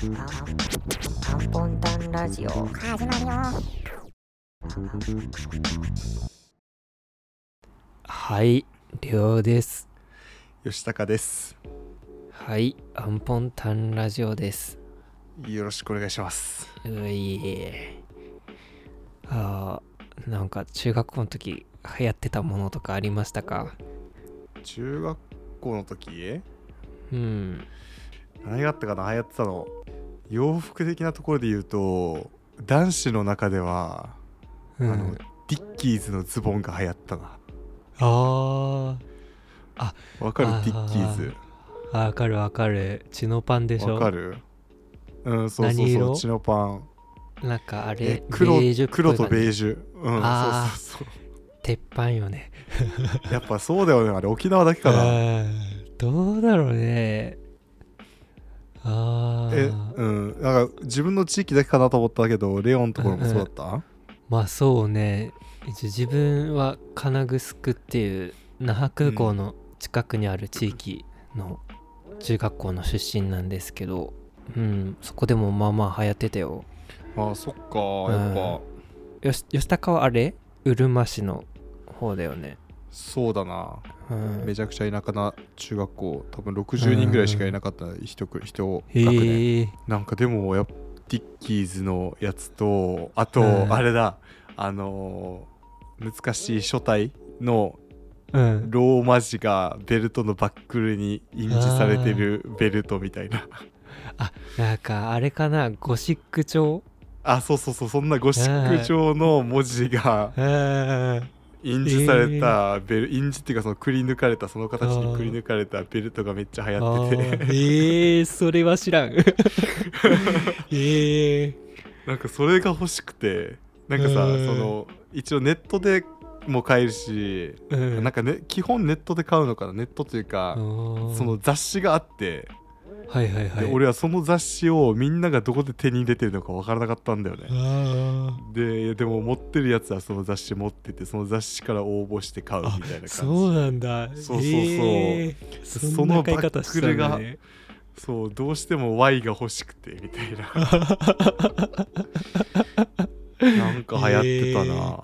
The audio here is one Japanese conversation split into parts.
タンポンタンラジオ始まるよはい、りょうです。吉高です。はい、アンポンタンラジオです。よろしくお願いします。ういえ。あーなんか中学校の時流行ってたものとかありましたか中学校の時うん。何があったかな流行ってたの。洋服的なところで言うと、男子の中では、うあのん、ディッキーズのズボンが流行ったな。あわかるあーディッキーズ。あ、わかるわかる。血のパンでしょわかるうん、そうそう何そ色う、チノパン。なんかあれえ、、黒ベージュっぽい黒と感じベージュ。うん、そうあーそう鉄板よね。そう。やっぱそうだよね、あれ、沖縄だけかな。あーどうだろうね。ああ。え、うん、なんか自分の地域だけかなと思ったけど、レオンのところもそうだったまあそうね一応自分は金具スクっていう那覇空港の近くにある地域の中学校の出身なんですけど、うん、そこでもまあまあ流行ってたよあ、そっか、やっうぱん。よし吉高はあれうるま市の方だよね、そうだな、うん、めちゃくちゃ田舎な中学校多分60人ぐらいしかいなかった人く人学年へえなんかでもやっぱディッキーズのやつとあとうんあれだ、あのー難しい書体のうんローマ字がベルトのバックルに印字されてるベルトみたいな なんかあれかなゴシック調あそうそうそうそんなゴシック調の文字がうん印字されたベル、印字っていうかそのくり抜かれたその形にくり抜かれたベルトがめっちゃ流行っててあーええそれは知 らんええなんかそれが欲しくてなんかさ、うんその一応ネットでも買えるし、うんなんかね基本ネットで買うのかなネットというあか、ーその雑誌があって、はいはいはいで俺はその雑誌をみんながどこで手に入れてるのかわからなかったんだよね、ああででも持ってるやつはその雑誌持っててその雑誌から応募して買うみたいな感じそうなんだそうそうそうえーそんな買い方してたんだねそうどうしても Y が欲しくてみたい ななんか流行ってたな、えー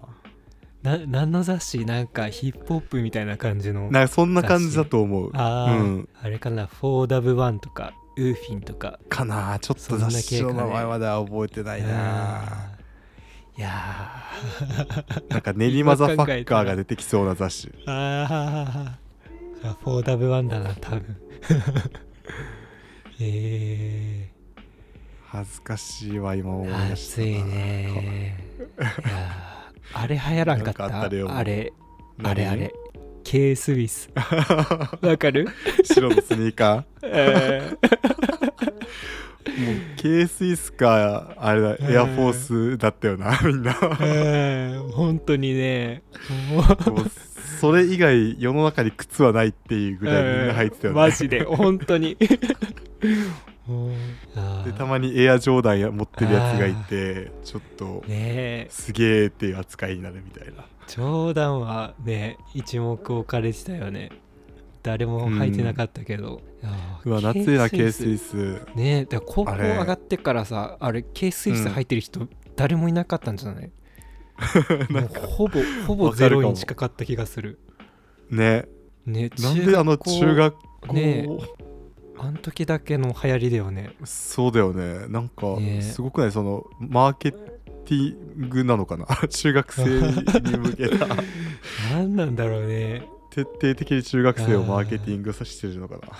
な何の雑誌なんかヒップホップみたいな感じのなんかそんな感じだと思うあー、うんあれかな 4W1 とかウーフィンとかかなちょっそとんな雑系誌かねの名前までは覚えてないなあーいやなんか練馬ザファッカーが出てきそうな雑誌ーあー 4W1 だな多分 え 恥ずかしいわ今思いー、出した暑ないねいやーあれ流行らんかったなんかあったよあれ何あれあれ K スウィスわかる 白のスニーカえーーもう K スイスかあれだエアフォースだったよな みんなえー本当にねもうでもそれ以外世の中に靴はないっていうぐらいみんな履いてたよマねジで本当 にもうあでたーまにエアジョーダンや持ってるやつがいてちょっとねえすげーっていう扱いになるみたいな冗談はね一目置かれてたよね誰も履いてなかったけど、いやーうわ夏いな K ススイスねえだから高校あれ上がってからさあれ K スイス履いてる人、誰もいなかったんじゃ ないもうほぼほぼわかゼるかもロに近かった気がするねねなんであの中学校、ねあの時だけの流行りだよねそうだよねなんかねすごくないそのマーケティングなのかな 中学生に向け た何なんだろうね徹底的に中学生をマーケティングさせてるのかな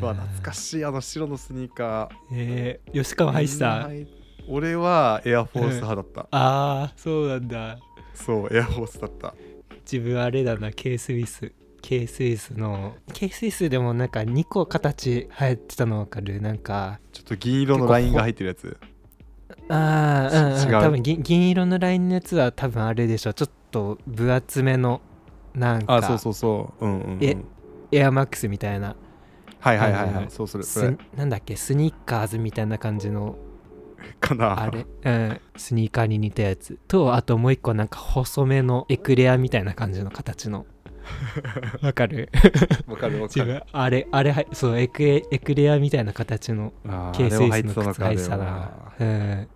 うわ懐かい、しいあの白のスニーカえー吉川ー入ってたみんな履い俺はエアフォース派だった、ああそうなんだそうエアフォースだった自分あれだな K スイス K スイスの K スイスでもなんか2個形流行ってたの分かるなんかちょっと銀色のラインが入ってるやつああ、うんうん、違う多分銀銀色のラインのやつは多分あれでしょちょっと分厚めのなんかあそうそうそううんうん、うん、えエアマックスみたいなはいはいはいはいははいいそうするそスれなんだっけスニーカーズみたいな感じのかなあれ、 うん、スニー カーに似たやつとあともう一個なんか細めのエクレアみたいな感じの形のわかる わかるわ自分あれあれはいそうエクエエクレアみたいな形のあーあケーれスイも入スのってたの靴か履いでてたなうん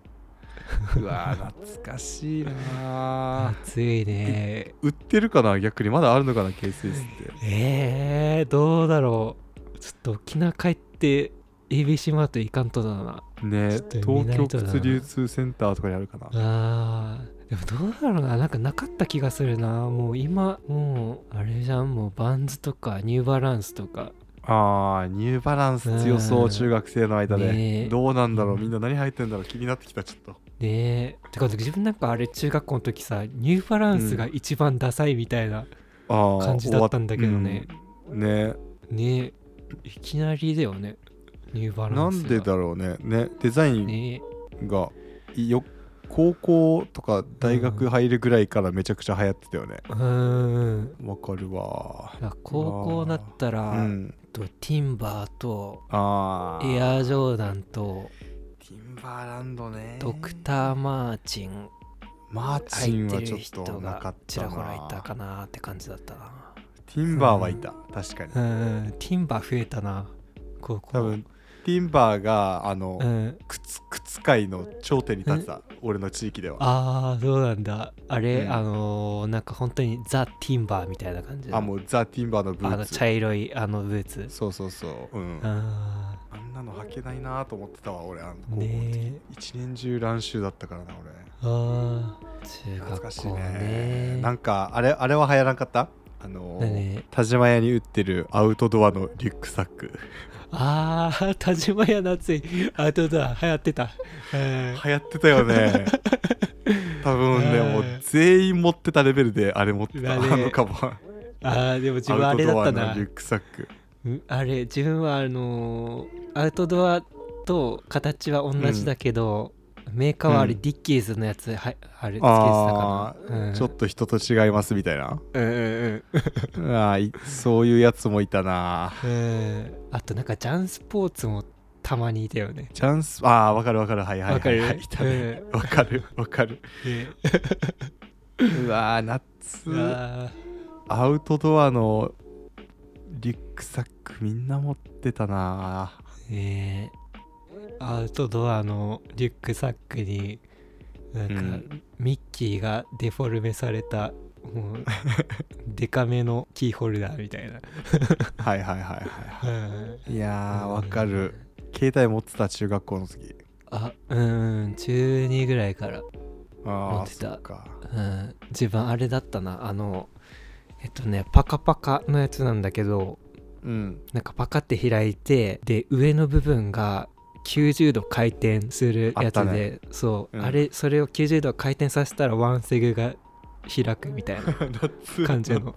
うわー懐かしいなー暑いね売ってるかな逆にまだあるのかなケースイスってえー、どうだろうちょっと沖縄帰って ABC マート行かんとだなねちょっと見な東い京とだな靴流通センターとかにあるかなあーでもどうだろうななんかなかった気がするなもう今もうあれじゃんもうバンズとかニューバランスとかあーニューバランス強そううん中学生の間ねでえどうなんだろううんみんな何入ってんだろう気になってきたちょっとねえてか自分なんかあれ中学校の時さニューバランスが一番ダサいみたいな、あー感じだったんだけどね、終わっうんねねえいきなりだよねニューバラなンスんがでだろうねねデザインねがよ高校とか大学入るぐらいからめちゃくちゃ流行ってたよねえうーんわかるわだから高校だったら、うんとティンバーとあーエアジョーダンとティンバーランドねドクター・マーチンマーチ入ンっはてちるょっと人ながかったなちらほらいたかなって感じだったなティンバーはいた、確かにうんティンバー増えたな高校多分ティンバーがあの、うん靴靴界の頂点に立ってた俺の地域ではああそうなんだあれ、うんあのーなんか本当にザ・ティンバーみたいな感じのあもうザ・ティンバーのブあーのツ茶色いあのブーツそうそうそううんああんなの履けないなと思ってたわ俺あのあ高校の時ねえ一年中乱臭だったからな俺あー中懐かし学い校ねねなんかあれあれは流行らなかったあのー何田島屋に売ってるアウトドアのリュックサックああ田島屋夏いアウトドア流行ってた、うん流行ってた よね多分ねうんもう全員持ってたレベルであれ持ってただあねのカバああでも自ン分アあウれトだっドアたのなリュックサックうんあれ自分はあのーアウトドアと形は同じだけど、メーカーはあれ、うんディッキーズのやつはいあれつけてたあかあな、ー、ちょっと人と違いますみたいなうんうんああいそういうやつもいたなうんうんあとなんかジャンスポーツもたまにいたよねチャンスああわかるわかるはいはいわはかいるはいいたねわかるわかるねうわー夏あアウトドアのリュックサックみんな持ってたなーねえアウトドアのリュックサックになんか、うんミッキーがデフォルメされたも うデカめのキーホルダーみたいな、はいはいはいはうんいいやーわかる携帯持ってた中学校の時あうん中2ぐらいから、あ持あってたそっかうん、自分あれだったなあのえっとねパカパカのやつなんだけど うんなんかパカって開いてで上の部分が90度回転するやつあで、ったねそう、うんあれそれを90度回転させたらワンセグが開くみたい な夏感じの、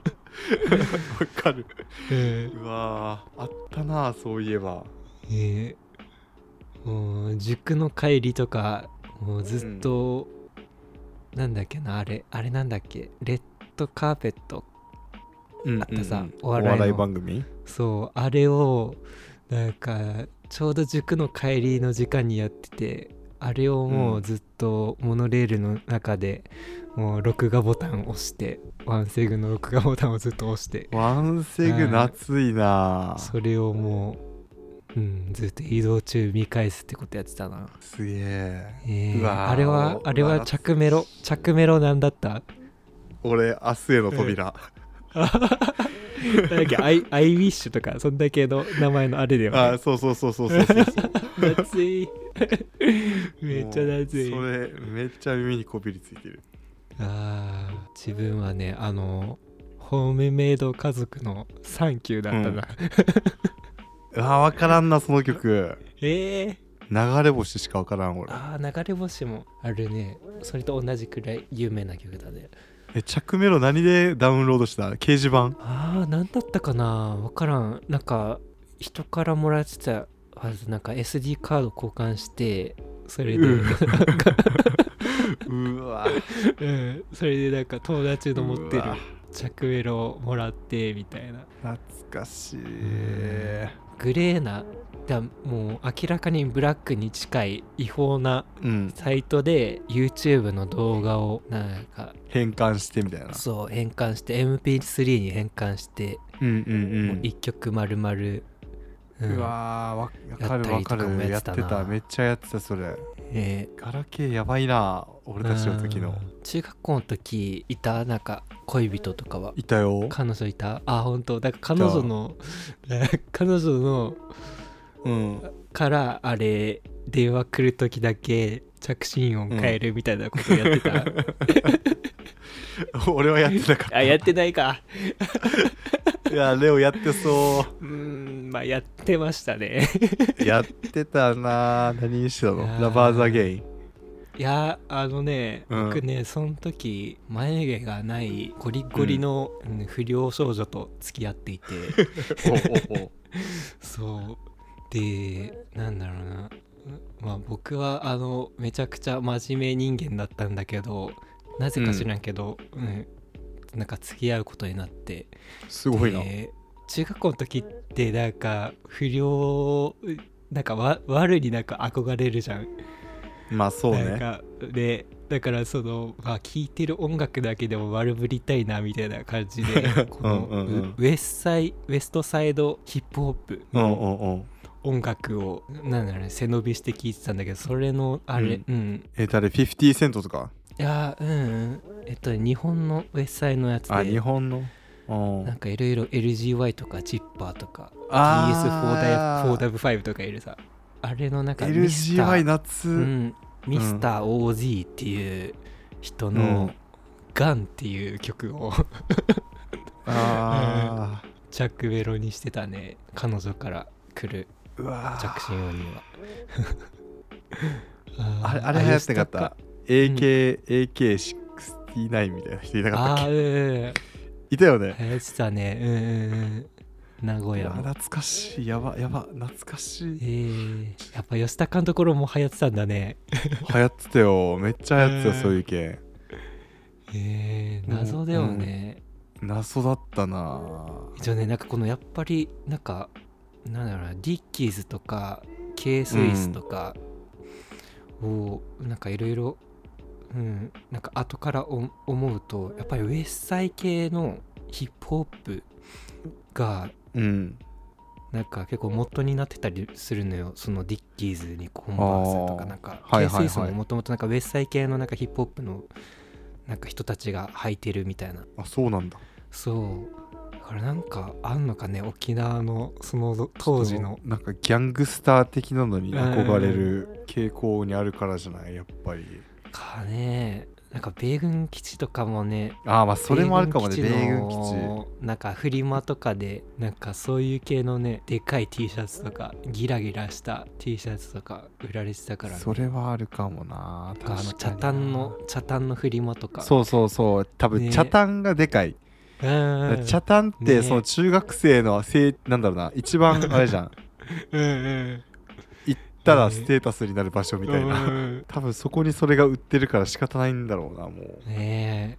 わかるうんうわーあったなそういえば えーもう塾の帰りとかもうずっと、なんだっけなあれあれなんだっけレッドカーペットあったさおお笑いの笑い番組そうあれをなんかちょうど塾の帰りの時間にやっててあれをもうずっとモノレールの中でもう録画ボタンを押してワンセグの録画ボタンをずっと押してワンセグ夏いなそれをもう、うん、ずっと移動中見返すってことやってたな。すげええーうわーあれうはわーあれは着メロ着メロなんだった俺明日への扉なんだっ けアイアイウィッシュとかそんだけの名前のあれだよあねそうそうそうそうそうそうそう夏い めっちゃ夏いもうそれめっちゃ耳にこびりついてるあー自分はねあのホームメイド家族のサンキューだったな、うわ分からんなその曲ええ流れ星しか分からん俺あー流れ星もあるねそれと同じくらい有名な曲だねえ着メロ何でダウンロードした掲示板ああ何だったかな分からんなんか人からもらってたはずなんか SD カード交換してそれで、うんなんか うわ うんそれでなんか友達の持ってるうわ着メロをもらってみたいな懐かしいグレーなやもう明らかにブラックに近い違法なうん、サイトで YouTube の動画をなんか変換してみたいなそう変換して MP3 に変換してうんうもう一曲丸々、うんうわーわわかるやったわかりとかもるややっってたてなためっちゃやってたそれえーガラケーやばいな俺たちの時のうん中学校の時いたなんか恋人とかはいたよ彼女いたあ本当だから彼女の 彼女のうん からあれ電話来る時だけ着信音変えるみたいなことやって た、俺はやってなかったあやってないかいやレオやってそうーんまあやってましたねうやってたな何してたのいやーラバーザゲインいやあのね、うん僕ねその時眉毛がないゴリゴリの、うん不良少女と付き合 っていてそうでなんだろうなまあ僕はあのめちゃくちゃ真面目人間だったんだけどなぜか知らんけど、うんなんか付き合うことになってすごいな、で中学校の時ってなんか不良なんかわ悪になんか憧れるじゃんまあそうなんねかでだからそのあ聴いてる音楽だけでも悪ぶりたいなみたいな感じ でこのうんうんうんウウエスサイウエストサイドヒップホップうんうんうん音楽をなんだろうね背伸びして聴いてたんだけどそれのあれうん、え誰50セントとかいやーうんうんえっと日本のウエスサイのやつであ日本のうんなんかいろいろ LGY とかジッパーとかあー DS4W5 とかいるさあれの中 LGY う夏ん、ミスター OG っていう人うのん「ガン」っていう曲を あジャックベロにしてたね彼女から来るーうわー着信音にはあれあれー流行ってなかった AK、AK69 みたいな人いなかあったあっーうんけいたよね流行ってたねうんうんうん名古い屋やも懐かしいやばやば懐かしえいー、やっぱ吉高のところも流行ってたんだね流行ってたよめっちゃ流行ってた、えーそういう系えー、謎だよね、謎だったな一応ねなんかこのやっぱりなんかなんだろうなリッキーズとか K スイスとかを、なんかいろいろうんなんか後からお思うとやっぱりウエッサイ系のヒップホップがうんなんか結構元になってたりするのよそのディッキーズにコンバースとかあーなんかはいはい K はいスイスももともとなんかウエッサイ系のなんかヒップホップのなんか人たちが履いてるみたいなあそうなんだそうだからなんかあんのかね沖縄のその当時のそなんかギャングスター的なのに憧れる傾向にあるからじゃないやっぱりかねなんか米軍基地とかもねああまあそれもあるかもね米軍基地のなんかフリマとかでなんかそういう系のねでかい T シャツとかギラギラした T シャツとか売られてたから、ね、それはあるかもななんかあの確か茶にな炭の茶炭のフリマとかそうそうそう多分ね茶炭がでかいうんうんうん茶炭っねてその中学生のせいなんだろうな一番あれじゃ んうんうん行ったらステータスになる場所みたいうんうなん多分そこにそれが売ってるから仕方ないんだろうなも うね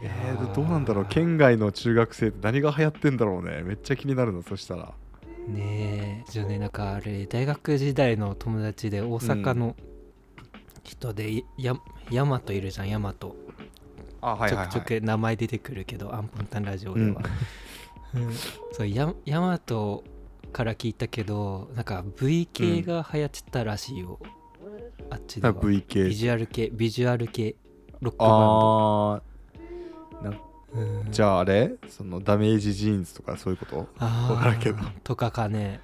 えあーー、どうなんだろう県外の中学生って何が流行ってんだろうねめっちゃ気になるのそしたらえねえじゃあねなんかあれ大学時代の友達で大阪の人で、やヤマトいるじゃんヤマトあはちょくちょく名前出てくるけど、アンポンタンラジオでは、うんそうやヤマトから聞いたけどなんか V 系が流行ってたらしいよ、あっちでは VK ビジュアル系ビジュアル系ロックバあンド、うんーじゃああれそのダメージジーンズとかそういうこと、あーわからんけどとかかね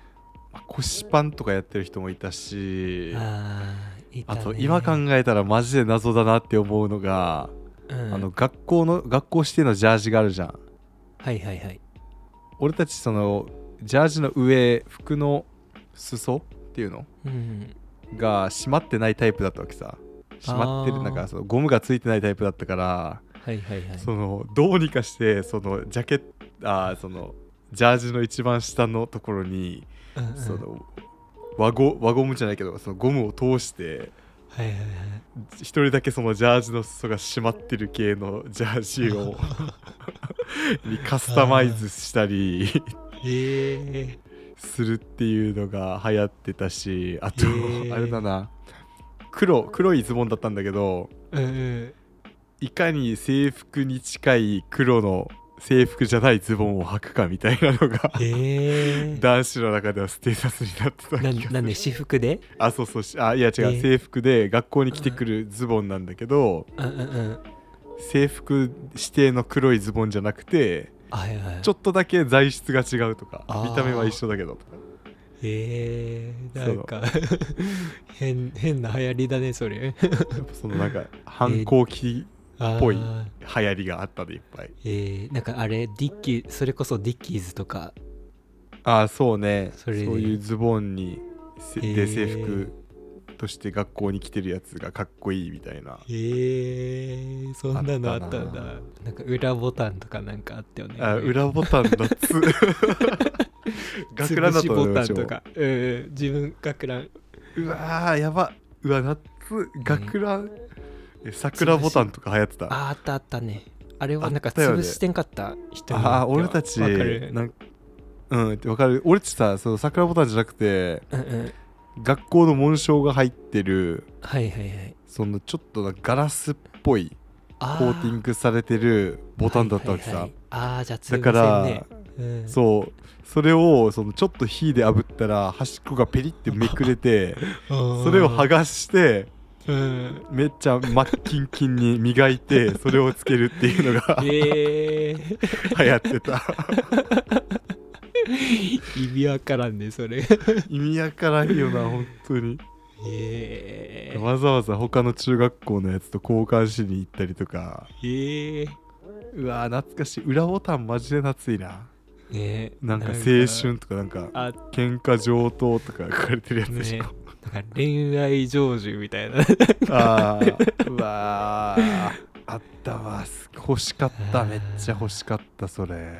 まあ、腰パンとかやってる人もいたしあーいたあねと今考えたらマジで謎だなって思うのが、うんあの学校の学校指定のジャージがあるじゃんはいはいはい俺たちそのジャージの上服の裾っていうのうんが締まってないタイプだったわけさ締まってあるーなんかそのゴムがついてないタイプだったからはいはいはいそのどうにかしてそのジャケットあーそのジャージの一番下のところにうんうんその輪ゴ輪ゴムじゃないけどそのゴムを通してはいはいはい一人だけそのジャージの裾が締まってる系のジャージを にカスタマイズしたり ええするっていうのが流行ってたしあと、へーあれだな黒黒いズボンだったんだけどえいかに制服に近い黒の制服じゃないズボンを履くかみたいなのがえ え男子の中ではステータスになってた気がすなるなんで私服であそうそうしあいや違う、ー制服で学校に着てくるズボンなんだけどうんうんうん制服指定の黒いズボンじゃなくてはいはいちょっとだけ材質が違うとかあー見た目は一緒だけどとかええなんか 変変な流行りだねそ れやっぱそ のなんか反抗期ぽいあ流行りがあったでいっぱいーえー、なんかあれディッキーそれこそディッキーズとかああそうねそそれでういうズボンにせへでー制服として学校に着てるやつがかっこいいみたいなえー、そんなのあったあんっだたななんか裏ボタンとかなんかあったよねあ裏ボタンだつ学ラン 潰だっしたボのタうンちもとか、うん、自分学ランうわーやばうわ夏学ラン、え桜ボタンとか流行ってたあーああったあったねあれはなんかあったよね潰してんかった人によってはあー俺たちわかるなんうんわかる俺たちさその桜ボタンじゃなくてうんうん学校の紋章が入ってるはいはいはいそのちょっとなガラスっぽいココーティングされてるボタンだったわけさ、はいはいはいあーじゃあ潰せだんから、ねうん、そうそれをそのちょっと火で炙ったら端っこがペリってめくれ てそそれを剥がしてうんめっちゃ真っキンキンに磨いてそれをつけるっていうのが えー、 流行ってた意味わからんねそれ意味わからんよな本当にえー、わざわざ他の中学校のやつと交換しに行ったりとかえーうわー懐かしい裏ボタンマジで懐いなねなんか青春とかなんかあ喧嘩上等とか書かれてるやつでしょ、ねなんか恋愛成就みた いなあ ーうわーあったわす欲しかっためっちゃ欲しかったそれ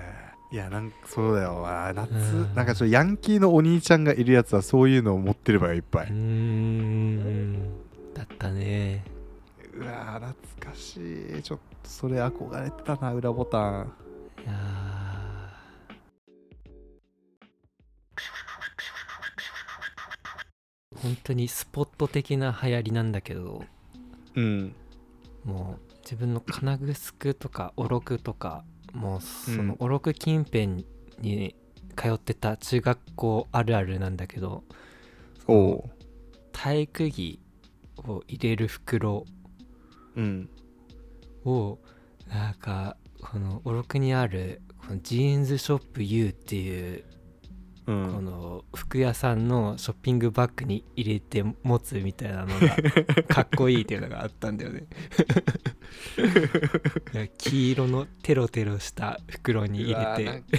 いやなんかそうだよな夏うんなんかちょっとヤンキーのお兄ちゃんがいるやつはそういうのを持ってればよいっぱういーんだったねうわー懐かしいちょっとそれ憧れてたな裏ボタンいやー本当にスポット的な流行りなんだけどうんもう自分の金具すくとかおろくとかもうそのうんおろく近辺に通ってた中学校あるあるなんだけどおお体育着を入れる袋ううんをなんかこのおろくにあるこのジーンズショップ U っていううこんの服屋さんのショッピングバッグに入れて持つみたいなの がかっこいいっていうのがあったんだよね黄色のテロテロした袋に入れて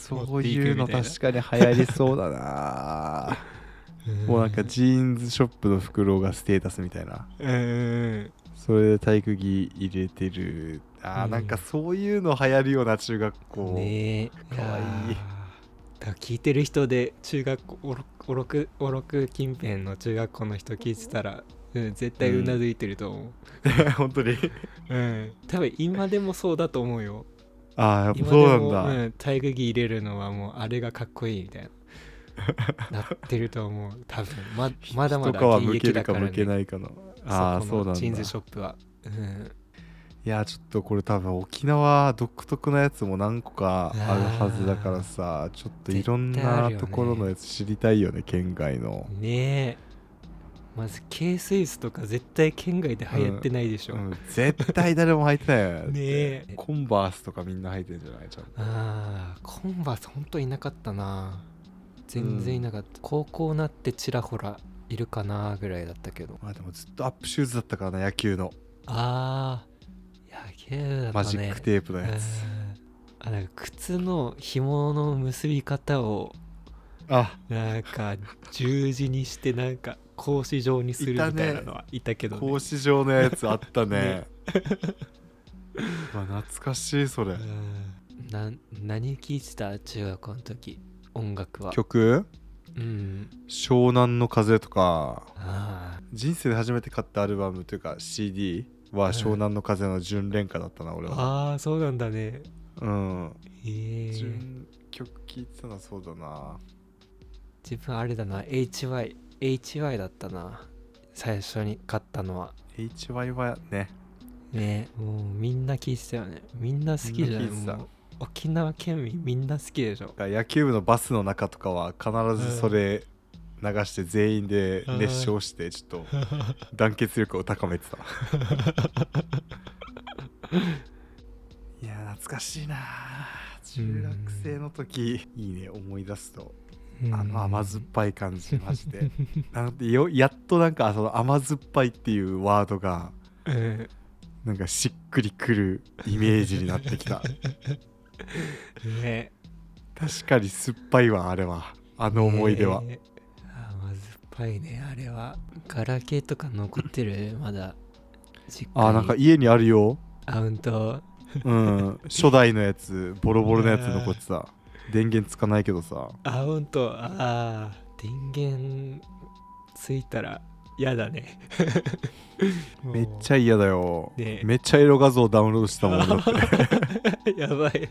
そういうの確かに流行りそうだなもうなんかジーンズショップの袋がステータスみたいなうんうんそれで体育着入れてるあー、うんなんかそういうの流行るような中学校、うんねえかわいやいーだから聞いてる人で中学校おろおろくおろく近辺の中学校の人聞いてたら、うん、絶対うなずいてると思う、 本当にうん、多分今でもそうだと思うよああやっぱ今そうでなもんだ、うん、体育着入れるのはもうあれがかっこいいみたいななってると思う多分 ままだまとだかは現向役けだるか、から向ね、けないかのああそそこのうなんだジーンズいショップは、うん、やちょっとこれ多分沖縄独特なやつも何個かあるはずだからさちょっといろん絶対あなるよねところのやつ知りたいよね県外の、ねえまず K スイスとか絶対県外で流行ってないでしょ、うん絶対誰も履いてないよね ねえコンバースとかみんな履いてんじゃないちゃんとあーコンバースほんといなかったな全然いなかった、高校なってちらほらいるかなぐらいだったけどまあでもずっとアップシューズだったからな野球のあー野球だったねマジックテープのやつ、うんあなんか靴の紐の結び方をあなんか十字にしてなんか格子状にするみたいなのはいたけど、ね格子状のやつあったね ねまあ懐かしいそれうんな何聴いてた中学校の時音楽は曲うん「湘南の風」とかあ人生で初めて買ったアルバムというか CD うんは「湘南の風」の純恋歌だったな俺ーはあーそうなんだねうんへえ純曲聴いてたのはそうだな自分あれだな HY HY だったな最初に買ったのは HY はねねもうみんな聞いてたよねみんな好きじゃないみんな聞いてたもう沖縄県民みんな好きでしょ野球部のバスの中とかは必ずそれ流して全員で熱唱してちょっと団結力を高めてた いや懐かしいな中学生の時いいね思い出すとあの甘酸っぱい感じマジで なんでよやっとなんかその甘酸っぱいっていうワードがぱい、うんなんかしっくりくるイメージになってき たね確かに酸っぱいわあれはあの思い出は、ね甘酸っぱいねあれはガラケーとか残って るまだ実家にあなんか家にあるよアウント うん、初代のやつボロボロのやつ残ってた電源つかないけどさあほんとあー電源ついたら嫌だ ねめっちゃ嫌だよ、ねえめっちゃ色画像ダウンロードしてたもん だってゃ やばい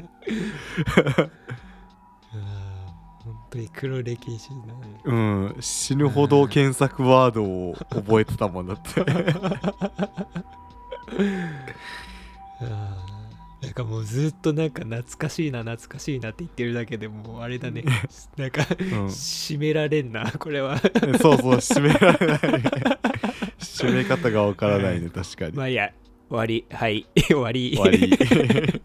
あー本当に黒歴史だねうん死ぬほど検索ワードを覚えてたもんだって あーなんかもうずっとなんか懐かしいな懐かしいなって言ってるだけでもうあれ だねなんかうん締められんなこれ はそうそう締められない締め方がわからないね確かに まあいいや終わりはい終わり 終わり